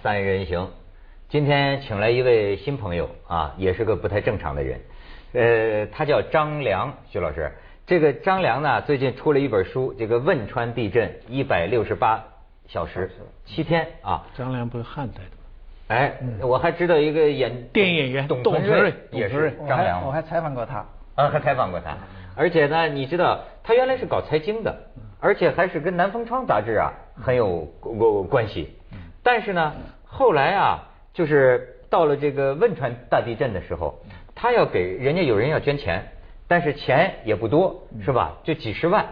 三人行，今天请来一位新朋友啊，也是个不太正常的人，呃，他叫张良，徐老师。这个张良呢，最近出了一本书，这个《汶川地震一百六十八小时七天》啊。张良不是汉代的吗？哎，嗯我还知道一个演电影演员董董存存瑞瑞也董存是瑞我张还良我还采访过他，嗯啊，还采访过他。而且呢，你知道他原来是搞财经的，嗯而且还是跟《南方窗》杂志啊很有关关系。嗯但是呢，后来啊，就是到了这个汶川大地震的时候，嗯他要给人家有人要捐钱，但是钱也不多，嗯是吧？就几十万。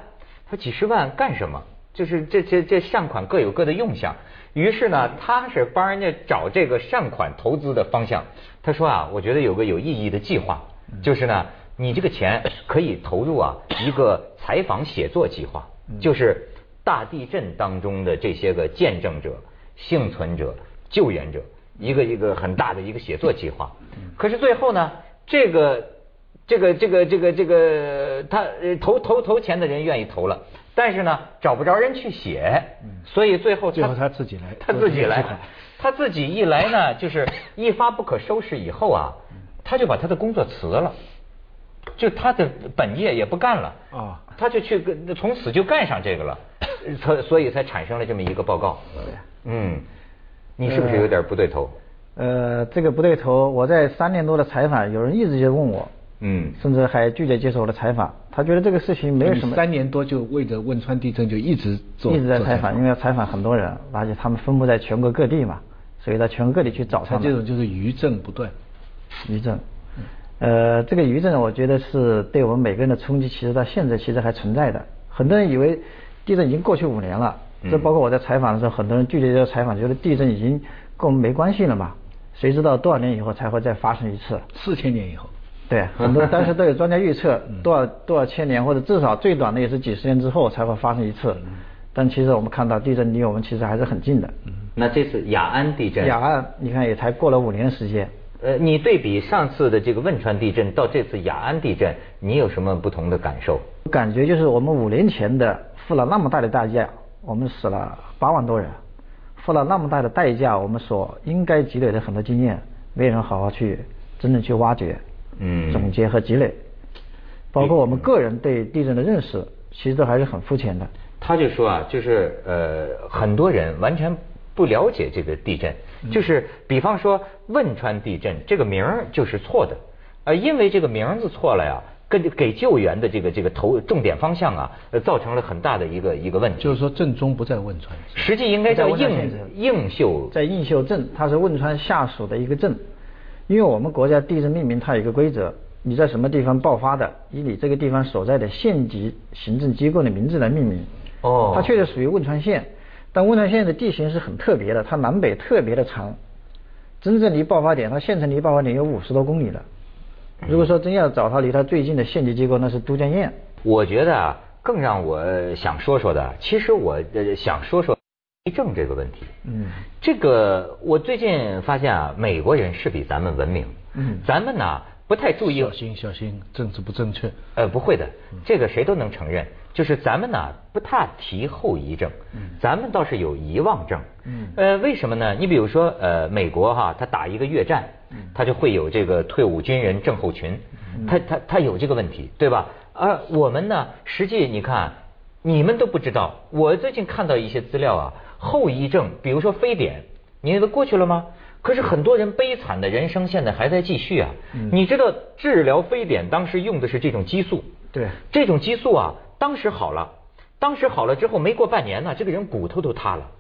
他说几十万干什么？就是这这这善款各有各的用项。于是呢，他是帮人家找这个善款投资的方向。他说啊，我觉得有个有意义的计划，就是呢，你这个钱可以投入啊一个采访写作计划，就是大地震当中的这些个见证者、幸存者、救援者，一个一个很大的一个写作计划。嗯可是最后呢，这个这个这个这个这个他呃投投投钱的人愿意投了，但是呢找不着人去写，所以最后嗯最他后他自己来他自己来做这个计划，他自己一来呢就是一发不可收拾以后啊，嗯他就把他的工作辞了，就他的本业也不干了啊，他就去跟从此就干上这个了， 所所以才产生了这么一个报告，嗯，你是不是有点不对头？呃，这个不对头。我在三年多的采访，有人一直就问我，嗯甚至还拒绝接受我的采访。他觉得这个事情没有什么，三年多就为着汶川地震就一直做一直在做采访，因为要采访很多人，而且他们分布在全国各地嘛，所以到全国各地去找他他们。这种就是余震不断。余震，呃，这个余震我觉得是对我们每个人的冲击，其实到现在其实还存在的。很多人以为地震已经过去五年了，这嗯包括我在采访的时候，很多人拒绝接受采访，觉得地震已经跟我们没关系了嘛。谁知道多少年以后才会再发生一次？四千年以后，对，很多当时都有专家预测，多少多少千年，或者至少最短的也是几十年之后才会发生一次。但其实我们看到地震离我们其实还是很近的。呃那这次雅安地震，雅安，你看也才过了五年时间。呃，你对比上次的这个汶川地震到这次雅安地震，你有什么不同的感受？感觉就是我们五年前的付了那么大的代价，我们死了八万多人，付了那么大的代价，我们所应该积累的很多经验，没有人好好去真正去挖掘、嗯总结和积累，包括我们个人对地震的认识，其实都还是很肤浅的。他就说啊，就是呃，很多人完全不了解这个地震，就是比方说汶川地震这个名儿就是错的，呃，因为这个名字错了呀，跟给救援的这个这个投重点方向啊，呃造成了很大的一个一个问题。就是说震中不在汶川。实际应该叫在汶川应县城应秀在应秀镇，它是汶川下属的一个镇。因为我们国家地震命名它有一个规则，你在什么地方爆发的，以你这个地方所在的县级行政机构的名字来命名。哦它确实属于汶川县，但汶川县的地形是很特别的，它南北特别的长，真正离爆发点，它县城离爆发点有五十多公里了。如果说真要找它离它最近的县级机构，那是都江堰。我觉得啊，更让我呃想说说的，其实我呃想说说癌症这个问题。嗯，这个我最近发现啊，美国人是比咱们文明。嗯咱们呢不太注意小心小心，政治不正确。呃，不会的，嗯这个谁都能承认。就是咱们呢不太提后遗症，嗯咱们倒是有遗忘症。呃，为什么呢？你比如说，呃，美国哈，他打一个越战，他就会有这个退伍军人症候群，他他他有这个问题，对吧？而我们呢，实际你看，你们都不知道。我最近看到一些资料啊，后遗症，比如说非典，你们过去了吗？可是很多人悲惨的人生现在还在继续啊！你知道治疗非典当时用的是这种激素，对这种激素啊，当时好了，当时好了之后没过半年呢，这个人骨头都塌了，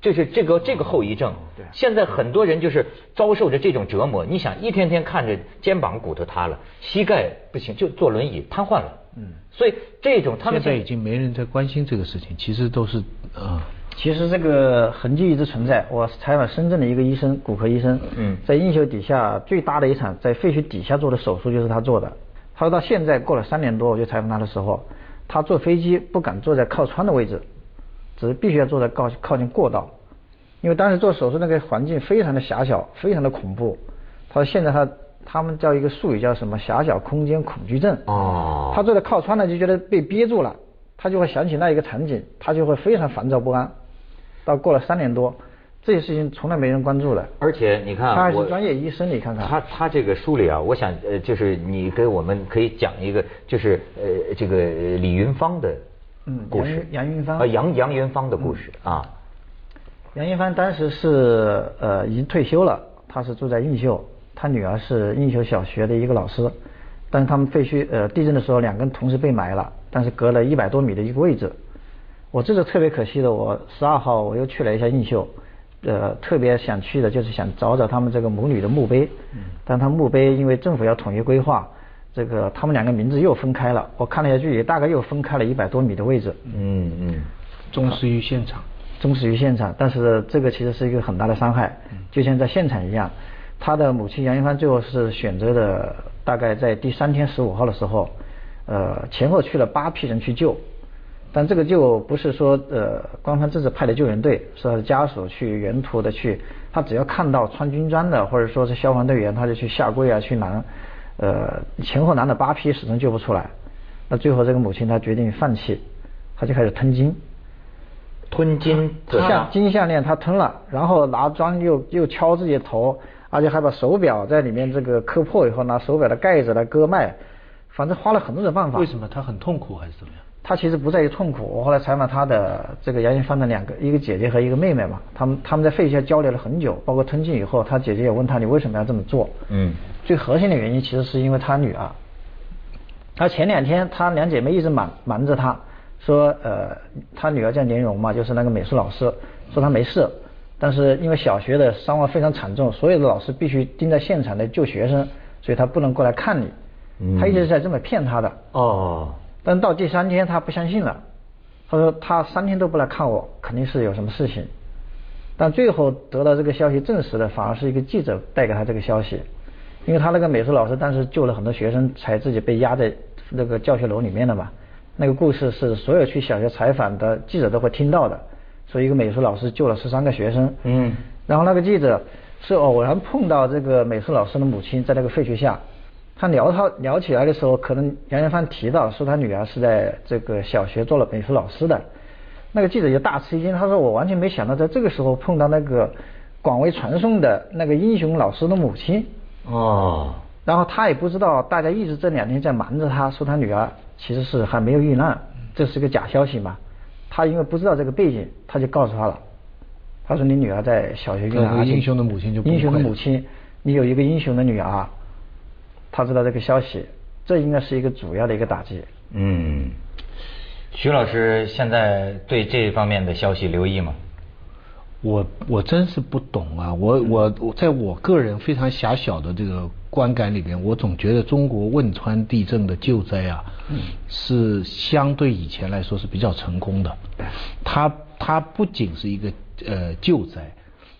这是这个这个后遗症。哦对现在很多人就是遭受着这种折磨，你想一天天看着肩膀骨头塌了，膝盖不行就坐轮椅瘫痪了，嗯，所以这种他们现在已经没人在关心这个事情，其实都是啊、其实这个痕迹一直存在。我采访深圳的一个医生，骨科医生，嗯在映秀底下最大的一场在废墟底下做的手术就是他做的。他说到现在过了三年多，我去采访他的时候，他坐飞机不敢坐在靠窗的位置，只是必须要坐在靠靠近过道，因为当时做手术那个环境非常的狭小，非常的恐怖。他说现在他他们叫一个术语叫什么狭小空间恐惧症。哦他坐在靠窗呢就觉得被憋住了，他就会想起那一个场景，他就会非常烦躁不安。到过了三年多，这些事情从来没人关注的。而且你看，他还是我专业医生你看看他他这个书里啊，我想呃，就是你给我们可以讲一个，就是呃，这个呃李云芳的嗯故事，杨杨云芳嗯啊，杨杨云芳的故事啊，杨一帆当时是呃已经退休了，他是住在映秀，他女儿是映秀小学的一个老师，但是他们废墟呃地震的时候两根同时被埋了，但是隔了一百多米的一个位置，我这是特别可惜的。我十二号我又去了一下映秀，呃特别想去的就是想找找他们这个母女的墓碑，但他墓碑因为政府要统一规划，这个他们两个名字又分开了，我看了一下距离，大概又分开了一百多米的位置。嗯嗯，忠实于现场。忠实于现场，但是这个其实是一个很大的伤害，就像在现场一样。他的母亲杨一帆最后是选择的，大概在第三天十五号的时候，呃，前后去了八批人去救，但这个救不是说呃官方这次派的救援队，是他的家属去沿途的去，他只要看到穿军装的或者说是消防队员，他就去下跪啊去拦，呃，前后拦了八批始终救不出来，那最后这个母亲她决定放弃，她就开始吞金。吞金自杀项，金项链他吞了，然后拿砖又又敲自己的头，而且还把手表在里面这个磕破以后，拿手表的盖子来割脉，反正花了很多种办法。为什？么他很痛苦还是怎么样？他其实不在于痛苦。我后来采访他的这个杨金芳的两个，一个姐姐和一个妹妹嘛，他们他们在废墟下交流了很久，包括吞进以后，他姐姐也问他你为什么要这么做？嗯最核心的原因其实是因为他女儿。她前两天她两姐妹一直瞒瞒着她，说呃，她女儿叫莲蓉嘛，就是那个美术老师，说她没事，但是因为小学的伤亡非常惨重，所有的老师必须盯在现场来救学生，所以她不能过来看嗯你。她一直在这么骗她的。哦，但到第三天他不相信了，他说他三天都不来看我，肯定是有什么事情。但最后得到这个消息证实的，反而是一个记者带给他这个消息，因为他那个美术老师当时救了很多学生，才自己被压在那个教学楼里面的嘛。那个故事是所有去小学采访的记者都会听到的，说一个美术老师救了十三个学生。嗯然后那个记者是偶然碰到这个美术老师的母亲在那个废墟下，他聊他聊起来的时候，可能杨元芳提到说他女儿是在这个小学做了美术老师的，那个记者就大吃一惊，他说我完全没想到在这个时候碰到那个广为传颂的那个英雄老师的母亲，哦，然后他也不知道大家一直这两天在瞒着他，说他女儿其实是还没有遇难，这是个假消息嘛，他因为不知道这个背景，他就告诉他了。他说：“你女儿在小学遇那难，个而且英雄的母亲就崩溃英雄的了母亲，你有一个英雄的女儿，啊他知道这个消息，这应该是一个主要的一个打击。嗯，徐老师现在对这方面的消息留意吗？我我真是不懂啊！我我我在我个人非常狭小的这个观感里边，我总觉得中国汶川地震的救灾啊，是相对以前来说是比较成功的。它它不仅是一个呃救灾，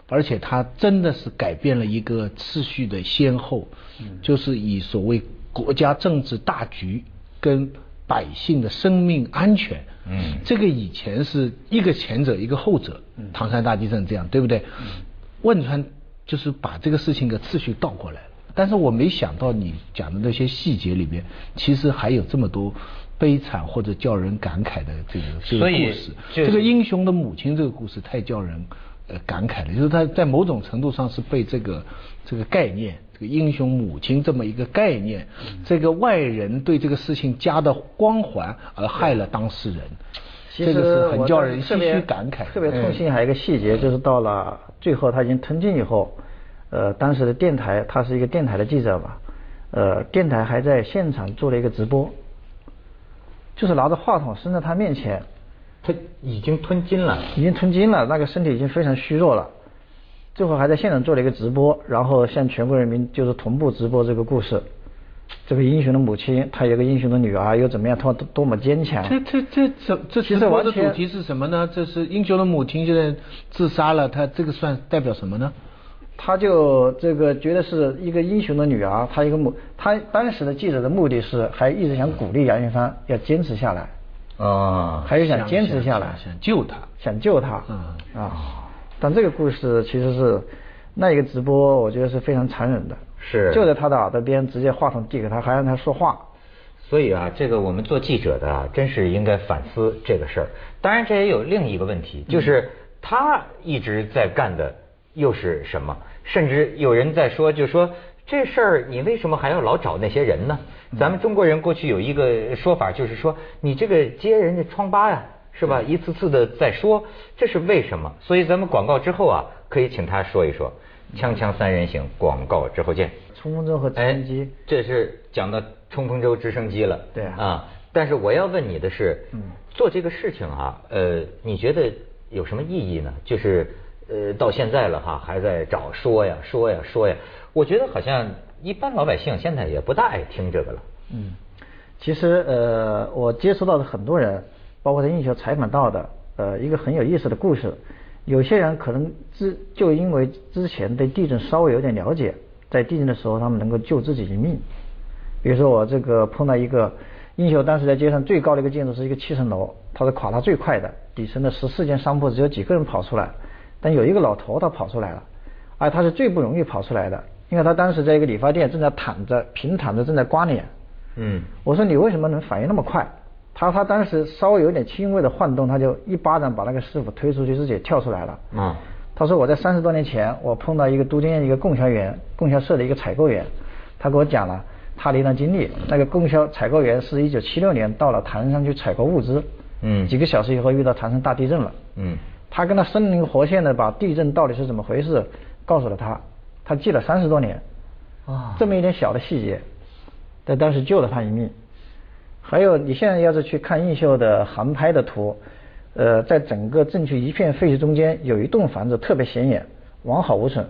而且它真的是改变了一个次序的先后，就是以所谓国家政治大局跟百姓的生命安全，嗯这个以前是一个前者一个后者，唐山大地震这样，对不对？嗯汶川就是把这个事情的次序倒过来了。但是我没想到你讲的那些细节里面，其实还有这么多悲惨或者叫人感慨的这个这个所以故事。就是这个英雄的母亲这个故事太叫人呃感慨了，就是他在某种程度上是被这个这个概念，这个英雄母亲这么一个概念，嗯这个外人对这个事情加的光环而害了当事人，其这实个是很我叫当时人唏特别嘘感慨的。特别痛心嗯还有一个细节，就是到了最后他已经吞进以后，呃，当时的电台，他是一个电台的记者嘛，呃，电台还在现场做了一个直播，就是拿着话筒伸在他面前，他已经吞金了。已经吞金了，那个身体已经非常虚弱了。最后还在现场做了一个直播，然后向全国人民就是同步直播这个故事。这个英雄的母亲，她有个英雄的女儿，又怎么样？她多多么坚强。这这这这这其直实播完的全主题是什么呢？这是英雄的母亲现在自杀了，她这个算代表什么呢？他就这个觉得是一个英雄的女儿，他一个目，他当时的记者的目的是还一直想鼓励杨云帆要坚持下来，啊还是想坚持下来，想想救他想救他，嗯啊，但这个故事其实是那一个直播，我觉得是非常残忍的，是就在他的耳朵边，直接话筒递给他，还让他说话，所以啊，这个我们做记者的啊，真是应该反思这个事儿。当然，这也有另一个问题，就是。他一直在干的又是什么？甚至有人在说，就说这事儿你为什么还要老找那些人呢？嗯咱们中国人过去有一个说法，就是说你这个揭人家疮疤呀、是吧？一次次的在说，这是为什么？所以咱们广告之后啊，可以请他说一说。锵锵三人行，广告之后见。冲锋舟和直升机哎，这是讲到冲锋舟直升机了。对啊嗯啊，但是我要问你的是，做这个事情啊，呃，你觉得有什么意义呢？就是呃，到现在了哈，还在找说呀说呀说呀，我觉得好像一般老百姓现在也不大爱听这个了。嗯，其实呃，我接触到的很多人，包括在印球采访到的，呃，一个很有意思的故事。有些人可能之就因为之前对地震稍微有点了解，在地震的时候他们能够救自己一命。比如说我这个碰到一个英雄，当时在街上最高的一个建筑是一个七层楼，它是垮塌最快的，底层的十四间商铺只有几个人跑出来，但有一个老头他跑出来了，而他是最不容易跑出来的，因为他当时在一个理发店正在躺着平躺着正在刮脸，嗯我说你为什么能反应那么快？他他当时稍微有点轻微的晃动，他就一巴掌把那个师傅推出去，自己跳出来了。嗯他说我在三十多年前，我碰到一个都江堰一个供销员，供销社的一个采购员，他给我讲了他的一段经历。那个供销采购员是一九七六年到了唐山去采购物资，嗯几个小时以后遇到唐山大地震了，嗯他跟他生灵活现的把地震到底是怎么回事告诉了他，他记了三十多年。啊这么一点小的细节，在当时救了他一命。还有，你现在要是去看映秀的航拍的图，呃，在整个镇区一片废墟中间，有一栋房子特别显眼，完好无损。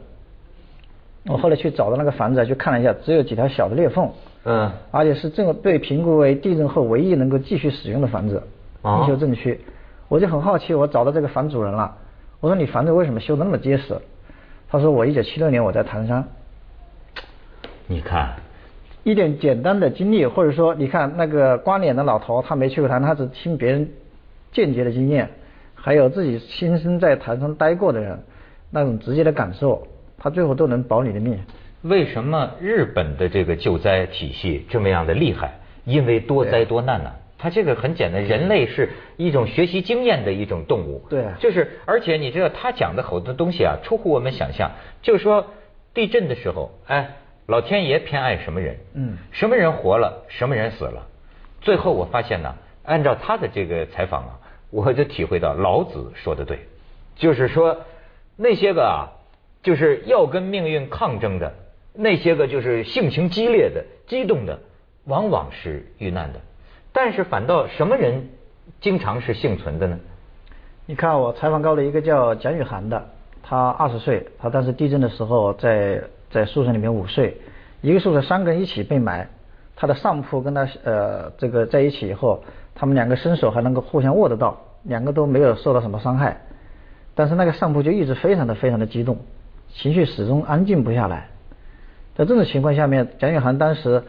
我后来去找到那个房子啊去看了一下，只有几条小的裂缝，嗯而且是正被评估为地震后唯一能够继续使用的房子，哦映秀镇区。我就很好奇，我找到这个房主人了，我说你房子为什么修得那么结实？他说我一九七六年我在唐山，你看，一点简单的经历，或者说你看那个刮脸的老头，他没去过唐山，他只听别人间接的经验，还有自己亲身在唐山待过的人那种直接的感受，他最后都能保你的命。为什么日本的这个救灾体系这么样的厉害？因为多灾多难呢、它这个很简单，人类是一种学习经验的一种动物。对啊就是而且你知道他讲的好多东西啊，出乎我们想象。就是说地震的时候，哎，老天爷偏爱什么人？嗯什么人活了，什么人死了。最后我发现呢，按照他的这个采访啊，我就体会到老子说的对，就是说那些个啊，就是要跟命运抗争的，那些个就是性情激烈的、激动的，往往是遇难的。但是反倒什么人经常是幸存的呢？你看，我采访到了一个叫蒋宇航的，他二十岁，他当时地震的时候在在宿舍里面午睡，一个宿舍三个人一起被埋，他的上铺跟他呃这个在一起以后，他们两个伸手还能够互相握得到，两个都没有受到什么伤害，但是那个上铺就一直非常的非常的激动，情绪始终安静不下来。在这种情况下面，蒋宇航当时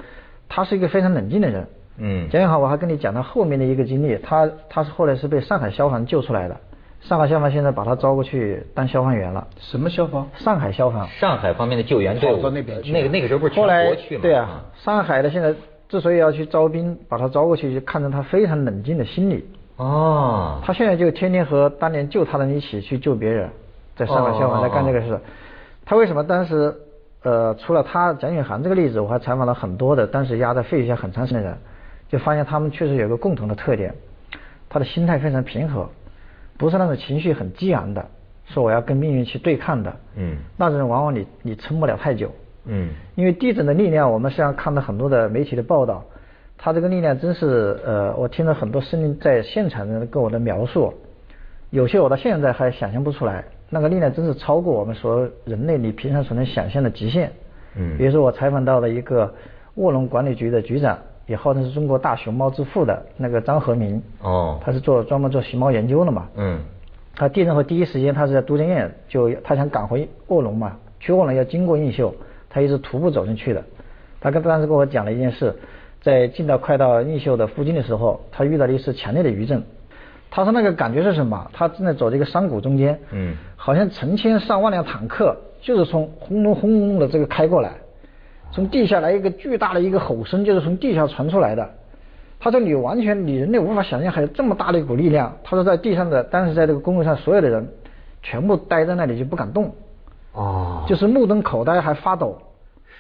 他是一个非常冷静的人，嗯蒋宇航，我还跟你讲他后面的一个经历，他他是后来是被上海消防救出来的，上海消防现在把他招过去当消防员了。什么消防？上海消防，上海方面的救援队伍跑到那边去啊那个啊那个时候不是全后来国去吗？对啊，上海的现在之所以要去招兵，把他招过去，就看着他非常冷静的心理。哦，他现在就天天和当年救他的人一起去救别人，在上海消防在干这个事。他为什么当时呃，除了他蒋宇航这个例子，我还采访了很多的当时压在废墟下很长时间的人，就发现他们确实有一个共同的特点，他的心态非常平和，不是那种情绪很激昂的，说我要跟命运去对抗的。嗯那种人往往你你撑不了太久。嗯因为地震的力量，我们实际上看到很多的媒体的报道，它这个力量真是呃，我听了很多森林在现场的人跟我的描述，有些我到现在还想象不出来，那个力量真是超过我们所有人类你平常所能想象的极限。嗯比如说我采访到了一个卧龙管理局的局长，也号称是中国大熊猫之父的那个张和民，哦他是做专门做熊猫研究的嘛，嗯他地震后第一时间，他是在都江堰，就他想赶回卧龙嘛，去卧龙要经过映秀，他一直徒步走进去的。他跟当时跟我讲了一件事，在进到快到映秀的附近的时候，他遇到了一次强烈的余震。他说那个感觉是什么？他正在走这个山谷中间，嗯好像成千上万辆坦克就是从轰隆轰隆的这个开过来，从地下来一个巨大的一个吼声，就是从地下传出来的。他说你完全你人类无法想象，还有这么大的一股力量。他说在地上的，当时在这个公路上所有的人全部呆在那里就不敢动，哦，就是目瞪口呆还发抖。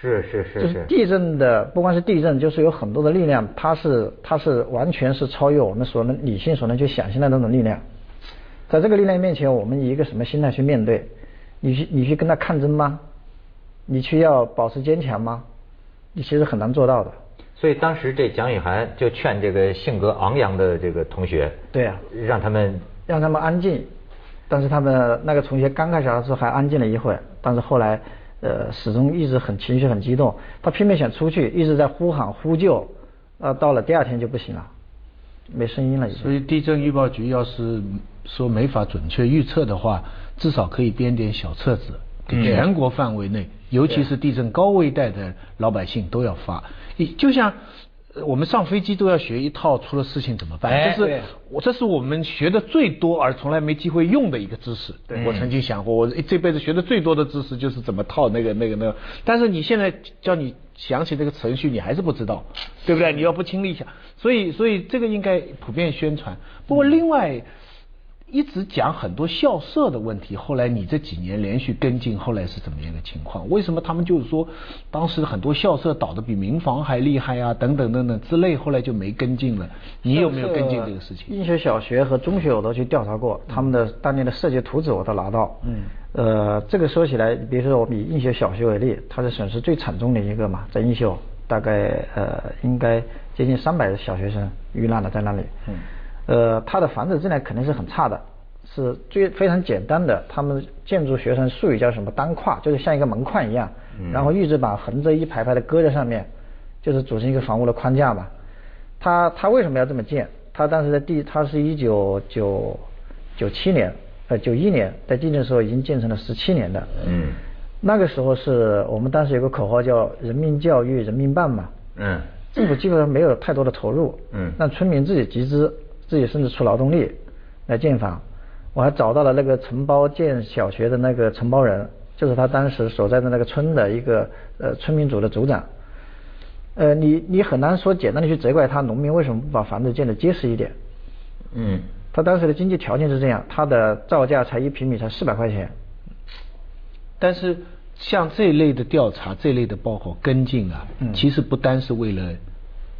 是是是就是地震的，不光是地震，就是有很多的力量，它是它是完全是超越我们所能理性所能去想象的那种力量。在这个力量面前，我们以一个什么心态去面对？你去你去跟他抗争吗？你去要保持坚强吗？你其实很难做到的。所以当时这蒋雨涵就劝这个性格昂扬的这个同学，对啊让他们让他们安静。但是他们那个同学刚开始的时候还安静了一会儿，但是后来，呃，始终一直很情绪很激动，他拼命想出去，一直在呼喊呼救，呃，到了第二天就不行了，没声音了已所经。以地震预报局要是说没法准确预测的话，至少可以编点小册子，给全国范围内，尤其是地震高危带的老百姓都要发。一就像呃我们上飞机都要学一套出了事情怎么办，哎这是对我这是我们学的最多而从来没机会用的一个知识。对我曾经想过，我这辈子学的最多的知识就是怎么套那个那个那个，但是你现在叫你想起这个程序，你还是不知道，对不对？你要不亲历一下，所以所以这个应该普遍宣传。不过另外。一直讲很多校舍的问题，后来你这几年连续跟进，后来是怎么样的情况？为什么他们就是说，当时很多校舍倒的比民房还厉害啊，等等等等之类，后来就没跟进了。你有没有跟进这个事情？映雪小学和中学我都去调查过，他们的当年的设计图纸我都拿到。嗯。呃，这个说起来，比如说我们以映雪小学为例，它是损失最惨重的一个嘛，在映秀大概呃应该接近三百小学生遇难了在那里。嗯。呃，它的房子质量肯定是很差的，是最非常简单的，他们建筑学生术语叫什么单跨，就是像一个门框一样，嗯然后预制板横着一排排的搁在上面，就是组成一个房屋的框架嘛。他他为什么要这么建？他当时在第，他是一九九九七年，呃九一年在地震的时候已经建成了十七年的。嗯那个时候是我们当时有个口号叫“人民教育人民办”嘛，嗯政府基本上没有太多的投入，嗯让村民自己集资，自己甚至出劳动力来建房。我还找到了那个承包建小学的那个承包人，就是他当时所在的那个村的一个呃村民组的组长。呃，你你很难说简单的去责怪他，农民为什么不把房子建得结实一点？嗯，他当时的经济条件是这样，他的造价才一平米才四百块钱，但是像这一类的调查、这一类的报告跟进啊，嗯其实不单是为了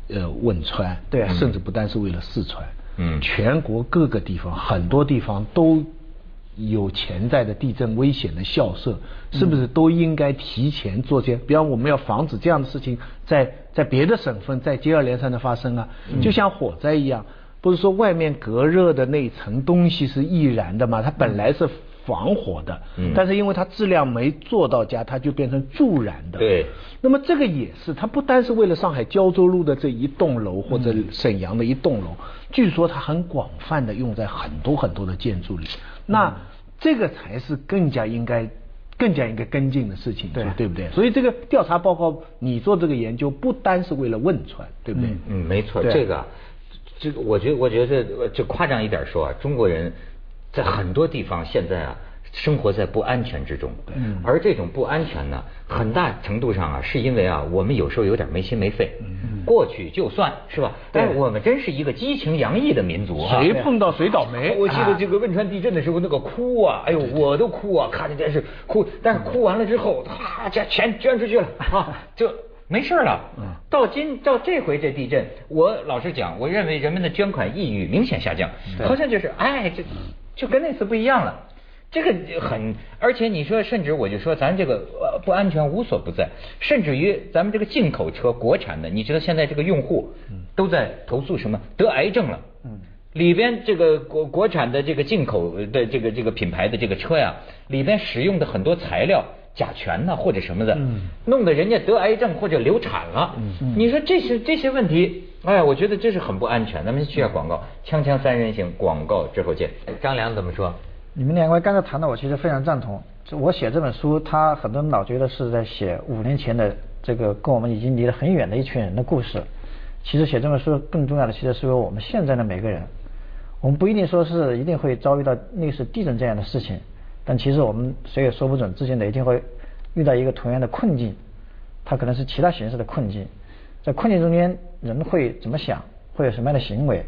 呃汶川，对啊甚至不单是为了四川，嗯全国各个地方很多地方都有潜在的地震危险的校舍，是不是都应该提前做这些？比方我们要防止这样的事情在在别的省份在接二连三的发生啊，嗯就像火灾一样。不是说外面隔热的那一层东西是易燃的吗？它本来是防火的，嗯但是因为它质量没做到家，它就变成助燃的。对那么这个也是，它不单是为了上海胶州路的这一栋楼或嗯者沈阳的一栋楼，据说它很广泛的用在很多很多的建筑里。嗯那这个才是更加应该。更加应该跟进的事情，对说对不对？所以这个调查报告，你做这个研究不单是为了汶川，对不对？嗯，没错，对这个，这个，我觉我觉得呃就夸张一点说啊，中国人在很多地方现在啊，生活在不安全之中，嗯而这种不安全呢，很大程度上啊，是因为啊，我们有时候有点没心没肺，过去就算是吧，嗯对但我们真是一个激情洋溢的民族啊，谁碰到谁倒霉。我记得啊这个汶川地震的时候，那个哭啊，哎呦，我都哭啊，看着电视哭，但是哭完了之后，啊，这钱捐出去了啊，就没事儿了。到今到这回这地震，我老实讲，我认为人们的捐款意欲明显下降，好像就是哎，这就跟那次不一样了。这个很，而且你说，甚至我就说，咱这个呃不安全无所不在，甚至于咱们这个进口车国产的，你知道现在这个用户都在投诉什么得癌症了，嗯，里边这个国国产的这个进口的这个这个品牌的这个车呀，里边使用的很多材料甲醛呐、或者什么的，嗯弄得人家得癌症或者流产了。你说这些这些问题，哎呀，我觉得这是很不安全。咱们去下广告，锵锵三人行广告之后见。张良怎么说？你们两位刚才谈的，我其实非常赞同。就我写这本书，他很多人老觉得是在写五年前的这个跟我们已经离得很远的一群人的故事。其实写这本书更重要的，其实是为我们现在的每个人。我们不一定说是一定会遭遇到类似地震这样的事情，但其实我们谁也说不准，自己哪一天会遇到一个同样的困境，它可能是其他形式的困境。在困境中间，人会怎么想，会有什么样的行为？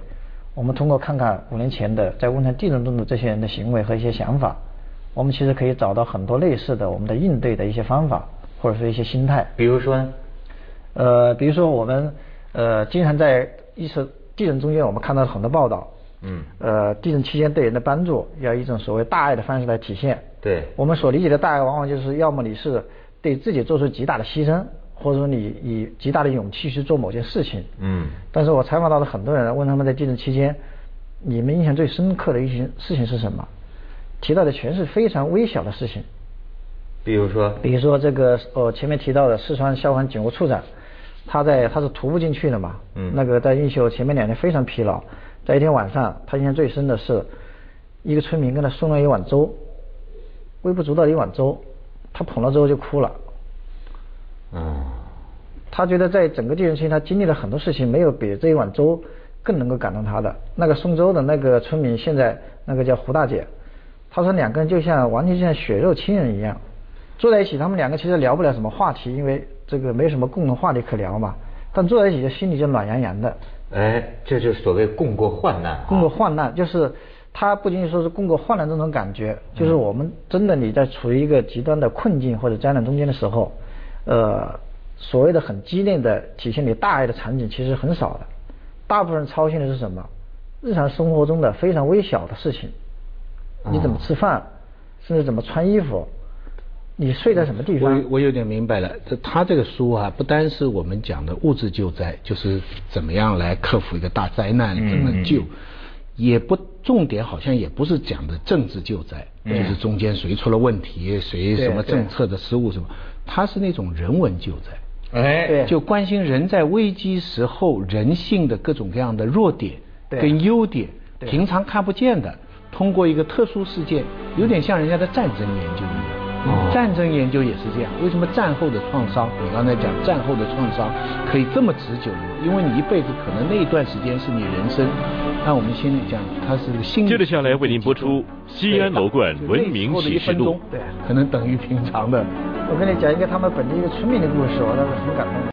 我们通过看看五年前的在汶川地震中的这些人的行为和一些想法，我们其实可以找到很多类似的我们的应对的一些方法，或者说一些心态。比如说呢，呃，比如说我们呃经常在一次地震中间，我们看到很多报道，嗯，呃，地震期间对人的帮助，要以一种所谓大爱的方式来体现。对我们所理解的大爱，往往就是要么你是对自己做出极大的牺牲，或者说你以极大的勇气去做某件事情。嗯但是我采访到的很多人，问他们在地震期间，你们印象最深刻的一些事情是什么？提到的全是非常微小的事情，比如说，比如说这个呃前面提到的四川消防警务处长，他在他是徒步进去的嘛，嗯那个在运修前面两天非常疲劳，在一天晚上，他印象最深的是一个村民跟他送了一碗粥，微不足道的一碗粥，他捧了之后就哭了。嗯，他觉得在整个地震期间，他经历了很多事情，没有比这一碗粥更能够感动他的。那个送粥的那个村民，现在那个叫胡大姐，她说两个人就像完全就像血肉亲人一样，坐在一起，他们两个其实聊不了什么话题，因为这个没什么共同话题可聊嘛。但坐在一起就心里就暖洋洋的，哎，这就是所谓共过患难、啊，共过患难，就是他不仅仅说是共过患难这种感觉，就是我们真的你在处于一个极端的困境或者灾难中间的时候，呃，所谓的很激烈的体现你大爱的场景其实很少的，大部分人操心的是什么？日常生活中的非常微小的事情，你怎么吃饭，甚至怎么穿衣服，你睡在什么地我方？我有点明白了，这他这个书啊，不单是我们讲的物质救灾，就是怎么样来克服一个大灾难，嗯怎么救，也不重点好像也不是讲的政治救灾，就是中间谁出了问题，谁对什么对政策的失误什么，他是那种人文救灾。哎，对就关心人在危机时候人性的各种各样的弱点对跟优点，对平常看不见的，通过一个特殊事件，有点像人家的战争研究一样。哦战争研究也是这样，为什么战后的创伤？你刚才讲战后的创伤可以这么持久呢？因为你一辈子可能那一段时间是你人生，按我们心里讲，它是心理接着下来为您播出西安楼冠文明启示录对，可能等于平常的我跟你讲一个他们本地一个村民的故事，我那个很感动的。